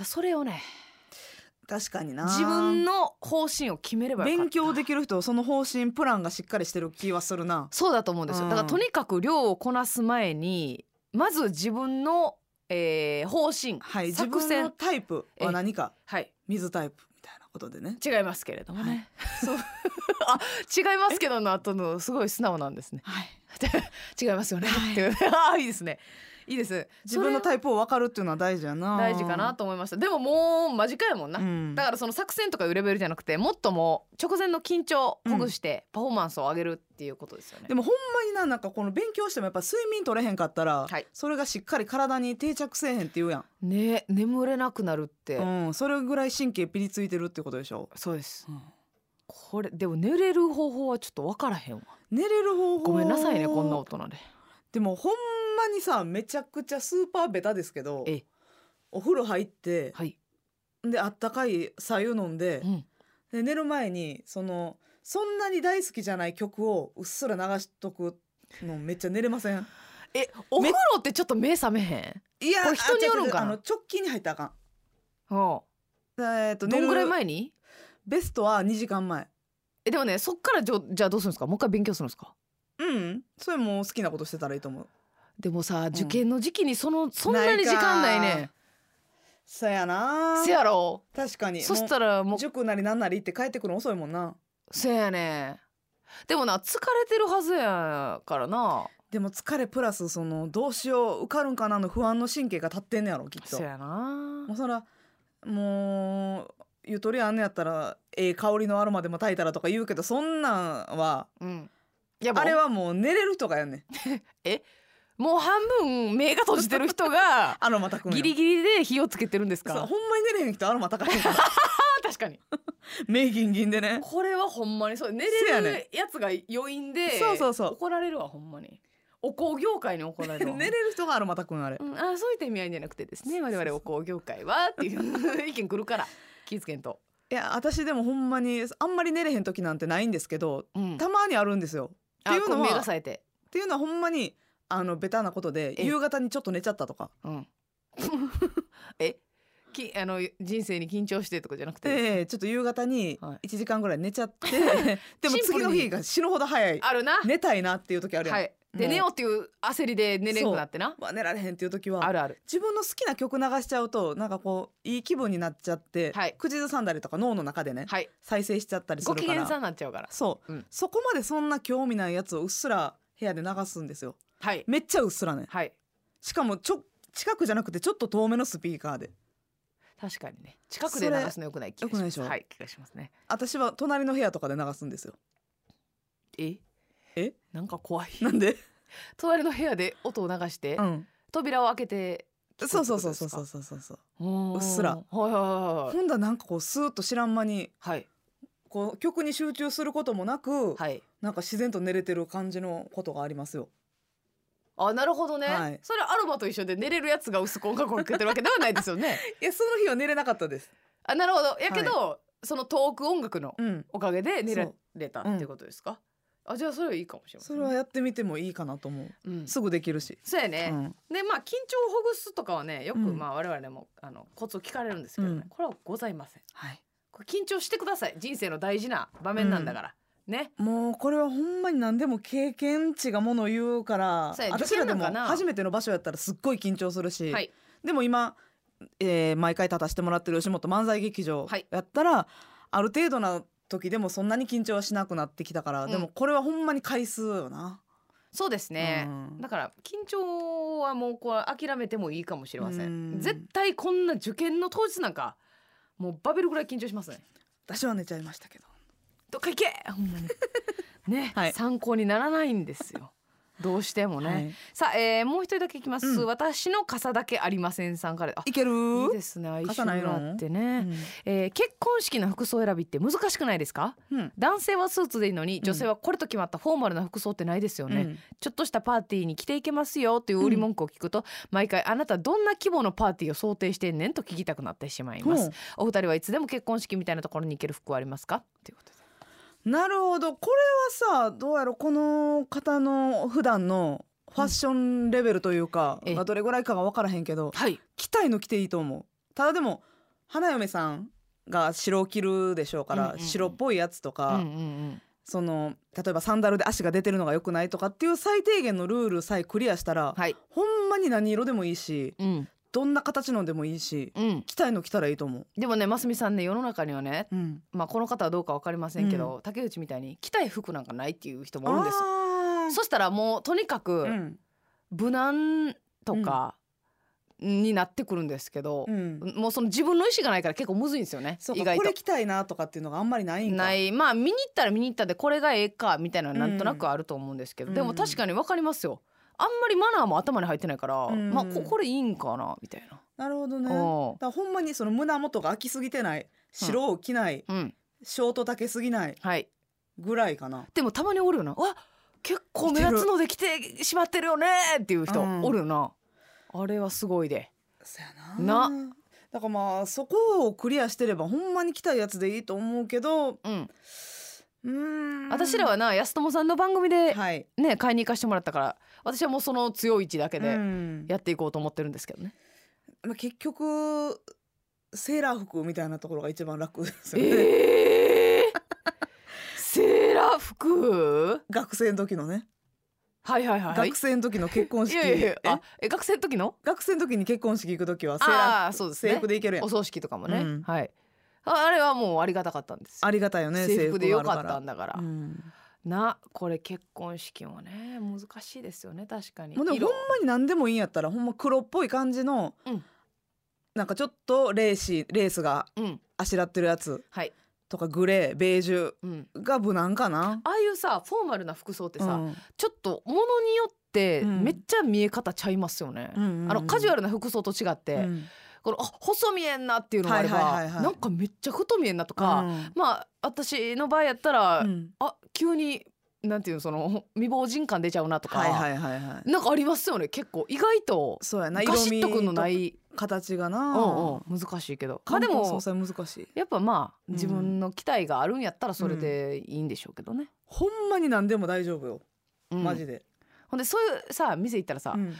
S3: らそれをね
S2: 確かにな
S3: 自分の方針を決めればよかった
S2: 勉強できる人その方針プランがしっかりしてる気はするな
S3: そうだと思うんですよ、
S2: うん
S3: だからとにかく量をこなす前にまず自分の、えー方針、
S2: はい自
S3: 作
S2: 分の
S3: 戦
S2: タイプは何か
S3: はい
S2: 水タイプみたいなことでね
S3: 違いますけれどもね、
S2: そう
S3: あ違いますけどの後のすごい素直なんですね
S2: はい
S3: 違いますよね、
S2: はい
S3: っていう ねあーいいですねいいです
S2: 自分の
S3: それ
S2: タイプを分かるっていうのは大事やな
S3: 大事かなと思いましたでももう間近やもんな、
S2: うん
S3: だからその作戦とかいうレベルじゃなくてもっともう直前の緊張をほぐしてパフォーマンスを上げるっていうことですよね。
S2: でもほんまにななんかこの勉強してもやっぱ睡眠取れへんかったら、
S3: はい
S2: それがしっかり体に定着せえへんって言うやん、
S3: ね眠れなくなるって、
S2: うん、それぐらい神経ピリついてるってことでしょ、
S3: そうです
S2: うん
S3: これでも寝れる方法はちょっと分からへんわ
S2: 寝れる方法
S3: ごめんなさいねこんな大人で
S2: でもほんまにさめちゃくちゃスーパーベタですけど
S3: ええ
S2: お風呂入って、
S3: はい、
S2: であったかい白湯飲んで
S3: う,、ん、
S2: で寝る前にそのそんなに大好きじゃない曲をうっすら流しとくのめっちゃ寝れません
S3: えお風呂ってちょっと目覚めへん
S2: いや
S3: これ人によるんかな
S2: あ違う違うあの直近に入ったらあかん
S3: うん
S2: えーっと
S3: どんぐら
S2: 寝
S3: い
S2: る
S3: 前に
S2: ベストは2時間前
S3: えでもねそっからじょじゃあどうするんですかもう一回勉強するんですか
S2: うんそれもう好きなことしてたらいいと思う
S3: でもさ
S2: ん
S3: 受験の時期にそのそんなに時間ないね
S2: そやな
S3: せやろ
S2: 確かに
S3: そしたら
S2: もう
S3: もう
S2: 塾なりなんなりって帰ってくるの遅いもんな
S3: せやねでもな疲れてるはずやからな
S2: でも疲れプラスそのどうしよう受かるんかなの不安の神経が立ってんねやろきっと
S3: せやな
S2: もうそらもうゆとりあんねやったらええ香りのアロマでも炊いたらとか言うけどそんなんは
S3: うんいや
S2: あ
S3: あ
S2: れ
S3: れは
S2: はもう寝れる人がやんねん
S3: もう半分目が閉じてる人 が
S2: アロマ炊くんよ
S3: ギリギリで火をつけてるんです
S2: そ
S3: か
S2: うほん
S3: あ
S2: まに寝れへん人アロマ炊かへんから
S3: 確かに
S2: 目ギンギンでね
S3: これはほんまにそう寝
S2: せや
S3: れ
S2: ね
S3: るやつが余韻で
S2: そうそうそう
S3: 怒られるわほんまにお香業界に怒られ るわ
S2: 寝れる人がアロマ炊くんあれ
S3: うん、あそういった意味合いじゃなくてですね我々お香業界はっていう意見くるから 気ぃつけんと、
S2: いや私でもほんまにあんまり寝れへん時なんてないんですけど
S3: うん、
S2: たまにあるんですよっていうの
S3: 目が
S2: は
S3: 冴えて、
S2: っていうのはほんまにあのベタなことで
S3: え
S2: 夕方にちょっと寝ちゃったとか
S3: うん、 えきあの人生に緊張してとかじゃなくて、
S2: ええちょっと夕方に
S3: はい
S2: 1時間ぐらい寝ちゃ って、でも
S3: シンプ
S2: 次
S3: ル
S2: の
S3: に
S2: 日が死ぬほど早い
S3: あるな、
S2: 寝たいなっていう時あるやん、
S3: はい、
S2: も
S3: で
S2: う
S3: 寝ようっていう焦りで寝れなくなってな
S2: うわ寝られへんっていう時
S3: あ
S2: は
S3: るある
S2: 自分の好きな曲流しちゃうとなんかこういい気分になっちゃって、
S3: はい
S2: 口ずさんだりとか脳の中でね、
S3: はい
S2: 再生しちゃったりす
S3: ご
S2: る
S3: 機
S2: か
S3: 嫌
S2: ら
S3: さんになっちゃうから
S2: そう、
S3: うん
S2: そこまでそんな興味ないやつをうっすら部屋で流すんですよ
S3: はい
S2: めっちゃうっすらね
S3: はい
S2: しかもちょ近くじゃなくてちょっと遠めのスピーカーで
S3: 確かにね近くで流すのよくない気が
S2: 良
S3: します
S2: くないでしょ
S3: はい気がしますね
S2: 私は隣の部屋とかで流すんですよ
S3: え
S2: え
S3: なんか怖い
S2: なんで、
S3: 隣の部屋で音を流して、
S2: うん、
S3: 扉を開けて
S2: そうそうそうそうそうそうそうそう
S3: う
S2: うっすら
S3: はいはいはいはい
S2: ほんだらなんかこうスーッと知らん間に
S3: はい
S2: こう曲に集中することもなく、
S3: はい
S2: なんか自然と寝れてる感じのことがありますよ。
S3: あなるほどね、
S2: はい
S3: それアロマと一緒で寝れるやつが薄く音楽を受けてるわけではないですよね
S2: いやその 日は寝れなかったです。
S3: あなるほどやけど、そのトーク音楽の
S2: うん。
S3: おかげで寝ら
S2: そう
S3: れたっていうことですか、あじゃあそれはいいかもしれませ
S2: そ
S3: ん
S2: れ
S3: ね、
S2: はやってみてもいいかなと思う。
S3: うん、そ
S2: すぐできるし。
S3: うや
S2: う
S3: ね、
S2: ん。
S3: でまあ緊張をほぐすとかはねよく、
S2: うん
S3: まあ我々でもあのコツを聞かれるんですけどね、
S2: うん
S3: これはございません
S2: はい。
S3: これ緊張してください人生の大事な場面なんだから、ね
S2: もうこれはほんまに何でも経験値がものを言うから
S3: そうや
S2: 私らで
S3: 受
S2: も
S3: 験なんかな
S2: 初めての場所やったらすっごい緊張するし、
S3: はい
S2: でも今、えー毎回立たせてもらってる吉本漫才劇場
S3: はい
S2: やったら、ある程度な時でもそんなに緊張はしなくなってきたから、
S3: うん
S2: でもこれはほんまに回数よな。
S3: そうですね、
S2: うん
S3: だから緊張はもうこう諦めてもいいかもしれませ
S2: うん
S3: ん絶対こんな受験の当日なんかもうバベルぐらい緊張しますね
S2: 私は寝ちゃいましたけど。
S3: どっか行けほん まにね、
S2: はい
S3: 参考にならないんですよどうしてもね、
S2: はい
S3: さあ、えーもう一人だけいきます、
S2: うん
S3: 私の傘だけありませんさんからあ
S2: いける
S3: いいですね相性
S2: 傘ないの
S3: があってね、
S2: うん
S3: えー結婚式の服装選びって難しくないですか
S2: うん
S3: 男性はスーツでいいのに女性はこれと決まったフォーマルな服装ってないですよね、
S2: うん
S3: ちょっとしたパーティーに着ていけますよという売り文句を聞くと、毎回あなたどんな規模のパーティーを想定してんねんと聞きたくなってしまいます、お二人はいつでも結婚式みたいなところに行ける服はありますかということで
S2: なるほどこれはさどうやろこの方の普段のファッションレベルというか、
S3: ええ
S2: まあどれぐらいかが分からへんけど
S3: はい
S2: 着たいの着ていいと思うただでも花嫁さんが白を着るでしょうから、
S3: うんうんうん
S2: 白っぽいやつと
S3: うん
S2: か、
S3: うんうん
S2: その例えばサンダルで足が出てるのが良くないとかっていう最低限のルールさえクリアしたら、
S3: はい
S2: ほんまに何色でもいいし
S3: うん
S2: どんな形のでもいいし
S3: うん
S2: 着たいの着たらいいと思う。
S3: でもねますみさんね世の中にはね
S2: うん、
S3: まあこの方はどうかわかりませんけど、竹内みたいに着たい服なんかないっていう人もおるんですよ
S2: あー
S3: そしたらもうとにかく、
S2: うん
S3: 無難とかになってくるんですけど
S2: う、ん、
S3: もうその自分の意思がないから結構むずいんですよね
S2: そう
S3: 意
S2: か
S3: 外
S2: ことれ。着たいなとかっていうのがあんまりないんか
S3: ないまあ見に行ったら見に行ったでこれがええかみたいなのはなんとなくあると思うんですけ
S2: う
S3: ど、
S2: ん
S3: でも確かに分かりますよあんまりマナーも頭に入ってないから、
S2: ん
S3: まあここれいいんかなみたいな。
S2: なるほどねだか
S3: おう
S2: らほんまにその胸元が空きすぎてない白を着ない、
S3: うん
S2: ショート丈すぎない
S3: はい、
S2: ぐらいかな
S3: でもたまにおるよなわ結構目立つので来てしまってるよねっていう人
S2: うん
S3: おるよな、あれはすごいで
S2: そやな
S3: な
S2: だからまあそこをクリアしてればほんまに着たいやつでいいと思うけどう
S3: うん
S2: ーん
S3: 私らはな安友さんの番組で
S2: はい
S3: ね買いに行かしてもらったから私はもうその強い位置だけ
S2: う
S3: で
S2: ん
S3: やっていこうと思ってるんですけどね、
S2: まあ、結局セーラー服みたいなところが一番楽ですよね、
S3: ええー、セーラー服
S2: 学生の時のね、
S3: はいはいはい
S2: 学生の時の結婚
S3: い
S2: 式
S3: やいやいや
S2: え
S3: あえ学生の時の
S2: 学生の時に結婚式行く時はセーラー
S3: ああーそうです
S2: 制
S3: ね
S2: 服で行けるやん
S3: お葬式とかもね、
S2: うん
S3: はいああれはもうありがたかったんですよ
S2: ありがたいよね
S3: 制服でよか
S2: 制が
S3: った
S2: ある
S3: んだから
S2: らうん
S3: なこれ結婚式もね難しいですよね確かに
S2: まあ、でもほん
S3: 色
S2: まに何でもいいんやったらほんま黒っぽい感じの、
S3: うん
S2: なんかちょっとレーシーレースが
S3: うん
S2: あしらってるやつ
S3: はい
S2: とかグレーベージュ
S3: うん
S2: が無難かな。
S3: ああいうさフォーマルな服装ってさ、
S2: うん
S3: ちょっとものによって
S2: うん
S3: めっちゃ見え方ちゃいますよね、
S2: うんうん
S3: あのカジュアルな服装と違って、
S2: うん
S3: このあ細見えんなっていうのがあれば、
S2: はいはいはいはい
S3: なんかめっちゃ太見えんなとか、まあ私の場合やったら、
S2: うん
S3: あ急になんていうのその未亡人感出ちゃうなとか、
S2: はいはいはいはい。
S3: なんかありますよね結構意外と
S2: そうやな
S3: ガシッとくんのな
S2: 色味
S3: い、
S2: と形がな。
S3: うんうん、難しいけど、まあ、で
S2: 冠婚葬
S3: も
S2: 祭難しい。
S3: やっぱまあ
S2: うん
S3: 自分の期待があるんやったらそれでいいんでしょうけどね、
S2: ほんまに何でも大丈夫よ。
S3: うん
S2: マジで。
S3: ほんでそういうさ店行ったらさ、
S2: うん
S3: うわー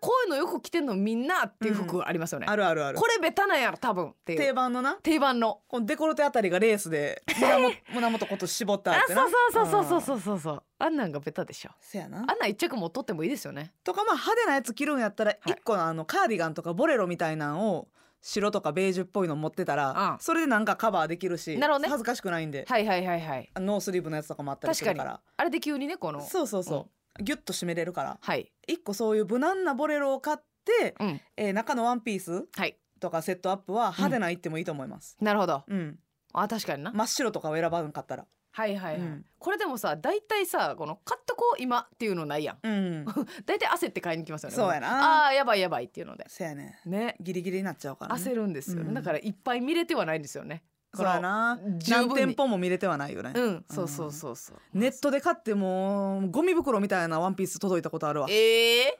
S3: こういうのよく着てんのみんなっていう服ありますよね、
S2: あるあるある
S3: こ。れベタなんやろ多分ってい
S2: 定
S3: う
S2: 番のな。
S3: 定番の
S2: このデコルテあたりがレース で胸も胸元こと絞った
S3: あ
S2: ってな。。
S3: そうそうそうそうそううそうそうあんなんがベタでしょ
S2: せやな
S3: あ。んなん一着も取ってもいいですよね
S2: とかまあ派手なやつ着るんやったら一個のあのカーディガンとかボレロみたいなんを白とかベージュっぽいの持ってた
S3: う
S2: ら
S3: ん
S2: それでなんかカバーできるし
S3: なるほどね
S2: 恥ずかしくないんで
S3: はいはいはいはい
S2: ノースリーブのやつとかもあったりするから
S3: あれで急にねこの
S2: そうそうそうギュッと締めれるから
S3: はい
S2: 一個そういう無難なボレロを買って
S3: うん
S2: えー中のワンピース
S3: はい
S2: とかセットアップは派手な一ってもいいと思います。
S3: なるほど
S2: うん、
S3: あ確かにな
S2: 真っ白とかを選ばなかったら、
S3: はいはいはい、
S2: うん
S3: これでもさ大体さこの買っとこう今っていうの ないやん
S2: うん、
S3: 大体焦って買いに来ますよね
S2: そうやな
S3: あーやばいやばいっていうので
S2: せやね
S3: ね
S2: ギリギリになっちゃうから、ね、
S3: 焦るんですよね、
S2: うん
S3: だからいっぱい見れてはないんですよね
S2: そうやな
S3: 十
S2: 何
S3: 分に
S2: 店舗も見れてはないよね、
S3: うんそうそうそうそう
S2: ネットで買ってもうゴミ袋みたいなワンピース届いたことあるわ
S3: ええ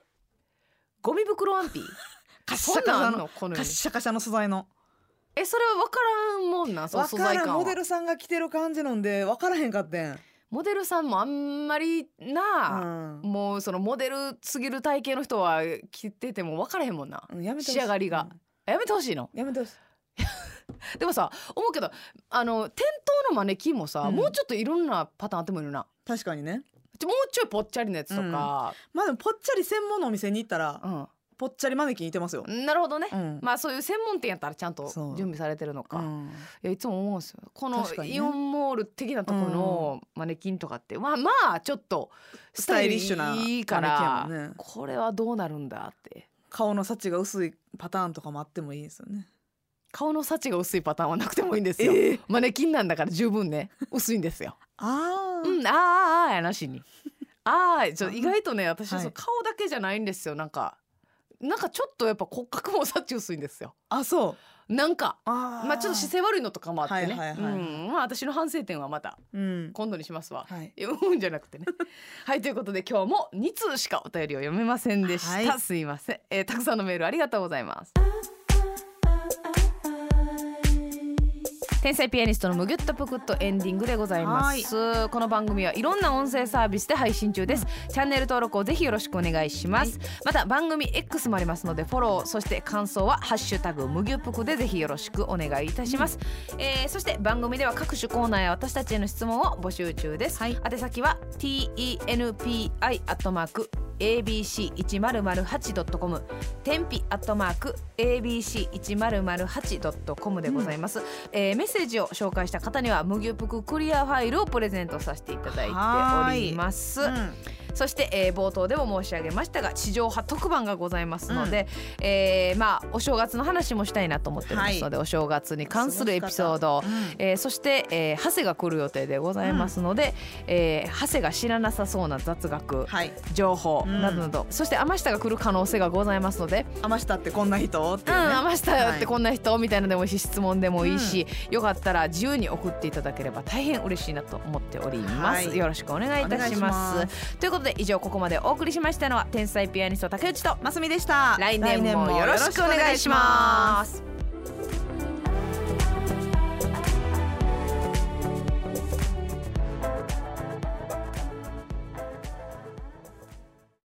S3: ゴミ袋ワンピ
S2: カッシ
S3: そ
S2: ャ
S3: ん
S2: カシ
S3: なんあ
S2: ャ
S3: ん
S2: の
S3: のこの
S2: カ
S3: 世
S2: ッ
S3: に
S2: シャカシャの素材の
S3: えそれは分からんもんなんその
S2: わ
S3: 素
S2: か
S3: 材
S2: らん
S3: 感は
S2: モデルさんが着てる感じなんでわからへんかってん、
S3: モデルさんもあんまり
S2: う
S3: なあ、
S2: ん
S3: もうそのモデルすぎる体型の人は着てても分からへんもんな
S2: うん、やめてほしい
S3: 仕上がりがやめてほしいの
S2: うんやめてほしい
S3: でもさ思うけどあの店頭のマネキンもさ、
S2: うん
S3: もうちょっといろんなパターンあってもいるな
S2: 確かにね
S3: ちょもうちょいぽっちゃりのやつとか、
S2: まあでもぽっちゃり専門のお店に行ったら、
S3: うん
S2: ぽっちゃりマネキンいてますよ、
S3: なるほどね、
S2: うん
S3: まあそういう専門店やったらちゃんと
S2: そう
S3: 準備されてるのか、
S2: う
S3: い
S2: ん
S3: やいつも思うんですよこの
S2: 確かにね
S3: イオンモール的なところのマネキンとかって、まあまあちょっと
S2: スタイリッシュな
S3: スタイル
S2: マネキンやもんね
S3: これはどうなるんだって
S2: 顔の幸が薄いパターンとかもあってもいいですよね
S3: 顔の幸が薄いパターンはなくてもいいんですよ、
S2: え
S3: マネキンなんだから十分ね薄いんですよ
S2: あー、
S3: うん、あーあーやなしに。ああ、ちょ意外とね、私、
S2: はい
S3: そう顔だけじゃないんですよ。なんか、なんかちょっとやっぱ骨格も幸薄いんですよ。
S2: あそう
S3: なんか、
S2: あー
S3: まあちょっと姿勢悪いのとかもあってね。
S2: はいはいはい
S3: うん、まあ私の反省点はまた
S2: うん
S3: 今度にしますわ。
S2: はい
S3: いやうんじゃなくてね。 はい、ということで今日も2通しかお便りを読めませんでした。
S2: はい
S3: すいません、えーたくさんのメールありがとうございます。天才ピアニストのむぎゅっとぷくっとエンディングでございます。この番組はいろんな音声サービスで配信中です。チャンネル登録をぜひよろしくお願いします。また番組 X もありますのでフォロー、そして感想はハッシュタグむぎゅぷくでぜひよろしくお願いいたします。えーそして番組では各種コーナーや私たちへの質問を募集中です。宛先は tenpi アットマーク abc1008.com 天日アットマーク abc1008.com でございます、えーメッセージを紹介した方には無牛ぷくクリアファイルをプレゼントさせていただいております、そして、えー冒頭でも申し上げましたが地上波特番がございますので、えーまあお正月の話もしたいなと思っておりますので、お正月に関するエピソード、えーそして、えー、ハセが来る予定でございますので、えーハセが知らなさそうな雑学
S2: はい
S3: 情報
S2: うん
S3: などなど、そして天下が来る可能性がございますので、
S2: 天下ってこんな人って
S3: う
S2: い
S3: ん
S2: うね、
S3: 天下よっ
S2: は
S3: て
S2: い
S3: こんな人みたいなのでもいいし質問でもいいし、よかったら自由に送っていただければ大変嬉しいなと思っております、
S2: はい
S3: よろしくお願いいたします
S2: お願いしま
S3: ということで以上ここまでお送りしましたのは天才ピアニスト竹内と
S2: ますみでした
S3: 来年もよろしくお願いします